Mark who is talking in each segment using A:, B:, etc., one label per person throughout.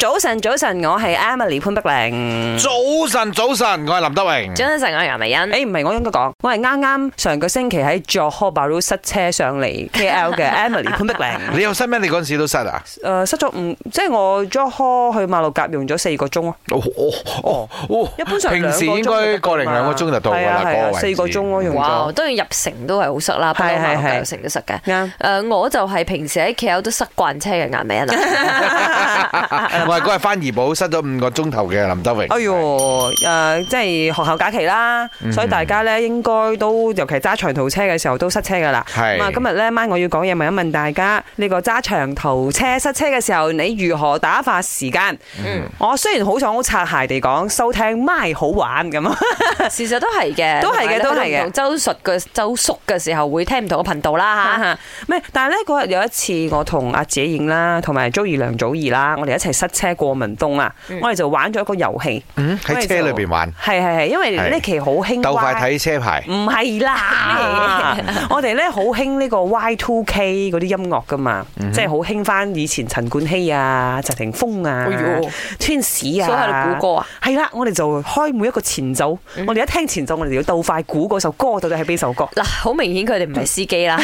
A: 早晨，早晨，我係 Emily 潘碧玲。
B: 早晨，早晨，我係林德榮。
C: 早晨，我係楊美欣。
A: 誒唔係，我應該講，我係啱啱上個星期喺 Johor Bahru 塞車上嚟 KL 嘅 Emily 潘碧 玲。
B: 你又失咩？你嗰陣時都失啊？
A: 誒、塞咗五，即係我 Johor 去馬六甲用咗四個鐘咯。
B: 哦哦哦
A: 一般上
B: 平時應該個零兩個鐘就到㗎
A: 係
B: 啦
A: 啊，係
B: 嗰
A: 啊
B: 個位置
A: 四個鐘咯用
C: 哇！
A: 咗。
C: 當然入城都係好塞啦，不過
A: 係係
C: 馬六甲
A: 係
C: 入城都塞嘅。
A: 啱。
C: 誒，我就係平時喺 KL 都塞慣車嘅顏美欣啊。
B: 我係嗰日翻怡寶，失咗五個鐘頭嘅林德榮。
A: 哎呦，誒、即係學校假期啦，
B: 嗯
A: 所以大家咧應該都，尤其揸長途車嘅時候都塞車噶啦。
B: 係
A: 咁啊，今日咧晚我要講嘢，問一問大家，呢、個揸長途車塞車嘅時候，你如何打發時間？
C: 嗯，
A: 我雖然好想好擦鞋地講收聽咪好玩咁啊，
C: 事實都係嘅，
A: 都係嘅
C: 同埋
A: 都係
C: 咧
A: 嘅
C: 去唔同周述嘅周叔嘅時候會聽唔同嘅頻道 啦嚇。
A: 唔係，但係咧嗰日有一次我同阿姐影啦，同埋 Joey 梁祖兒啦，我哋一齊塞車過文東啊，我哋就玩咗一個遊戲，
B: 嗯，喺車裏邊玩，
A: 係係係，因為呢期好興
B: 鬥快
A: Y-
B: 睇車牌。
A: 唔係啦， 我哋咧好興呢個 Y Two K 嗰啲音樂噶嘛，即係好興翻以前陳冠希啊、陳霆鋒啊、
C: 哎呦
A: Twins 啊，嗯
C: 所以喺度估歌啊，
A: 係啦，我哋就開每一個前奏，我哋一聽前奏，我哋就要鬥快估嗰首歌到底係邊 首歌。
C: 嗱，好明顯佢哋唔係 司機啦，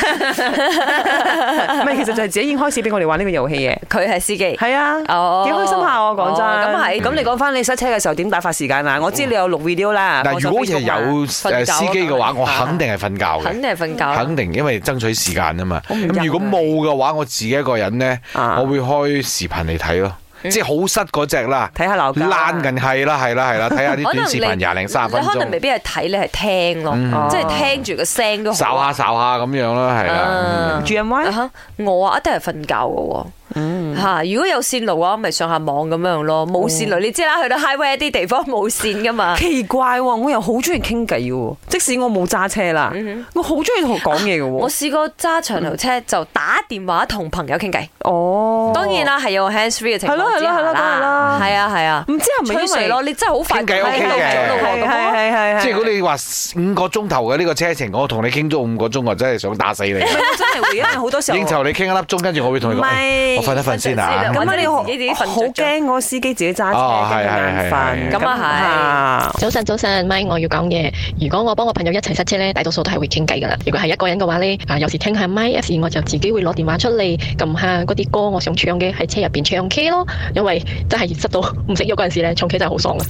A: 唔係，其實就係自己已經開始俾我哋玩呢個遊戲嘅。
C: 佢係司機。
A: 係啊，
C: 哦
A: 幾開心下我講真。
C: 哦咁係
A: 咁你講翻你塞車嘅時候點打發時間啊？我知你有錄 video 啦。
B: 嗱，如果係有
C: 瞓
B: 誒
C: 覺啊
B: 司機嘅話，我肯定係瞓覺
C: 肯
B: 嘅。
C: 定係瞓覺啦，
B: 肯定，因為爭取時間啊嘛。
A: 唔
B: 咁如果
A: 忍啊
B: 冇嘅話，我自己一個人呢，
A: 啊
B: 我會開視頻嚟睇咯，即係好塞嗰只啦，
A: 睇下鬧交啊
B: 爛緊係啦，係啦，係啦，睇下啲
C: 可能
B: 短視頻
C: 你
B: 廿零三十分
C: 你可能未
B: 鐘，
C: 必係睇，你係聽咯，
B: 嗯
C: 即係聽住個聲都好
B: 睄
C: 啊。
B: 下睄下咁樣啦，係啦
C: 啊。
A: G M
C: 啊
A: Y
C: 哈嗯我啊一定係瞓覺嘅喎。嚇！如果有線路嘅話，咪上下網咁樣咯。冇線路，你知啦，去 到 highway 啲地方冇線噶嘛。
A: 奇怪喎，我又好中意傾偈喎，即使我冇揸車啦，我好中意同佢講嘢嘅
C: 嗯我
A: 喎。
C: 試過揸長途車就打電話同朋友傾偈，
A: 哦，
C: 當然，啦係有 hands free 嘅情
A: 係
C: 況之下
A: 咯係咯係咯梗係啦
C: 啦，係啊係啊，
A: 唔知係咪
C: 吹
A: 因為
C: 水咯，你真係好快
B: 傾偈 OK
C: 到咗
B: 嘅
C: 咯
A: 係
C: 喎咁
A: 係
C: 啊
A: 係係，
B: 嗯即係如果你話五個鐘頭嘅呢個車程，我同你傾咗五個鐘，我真係想打死你。啊
A: 唔係我真係會，因為好多時候
B: 應酬你傾一粒鐘，跟住我會同你
A: 唔
B: 講，
A: 係
B: 哎我瞓一瞓先啊
C: 瞓陣先。
A: 咁
C: 或
A: 啊，
C: 者
A: 你好
C: 自己自己瞓着咗
A: 好驚我司機自己揸
B: 哦
A: 車
B: 係
A: 跟住眼
B: 係係係
A: 瞓，
C: 咁啊
A: 係。
D: 早晨，早晨，咪我要講嘢。如果我幫我朋友一齊塞車咧，大多數都係會傾偈噶啦。如果係一個人嘅話咧，啊有時聽下咪，有時我就自己會攞電話出嚟撳下嗰啲歌我想唱嘅，喺車入邊唱 K 咯。因為真係塞到唔識喐嗰陣時咧，唱 K 真係好爽啊！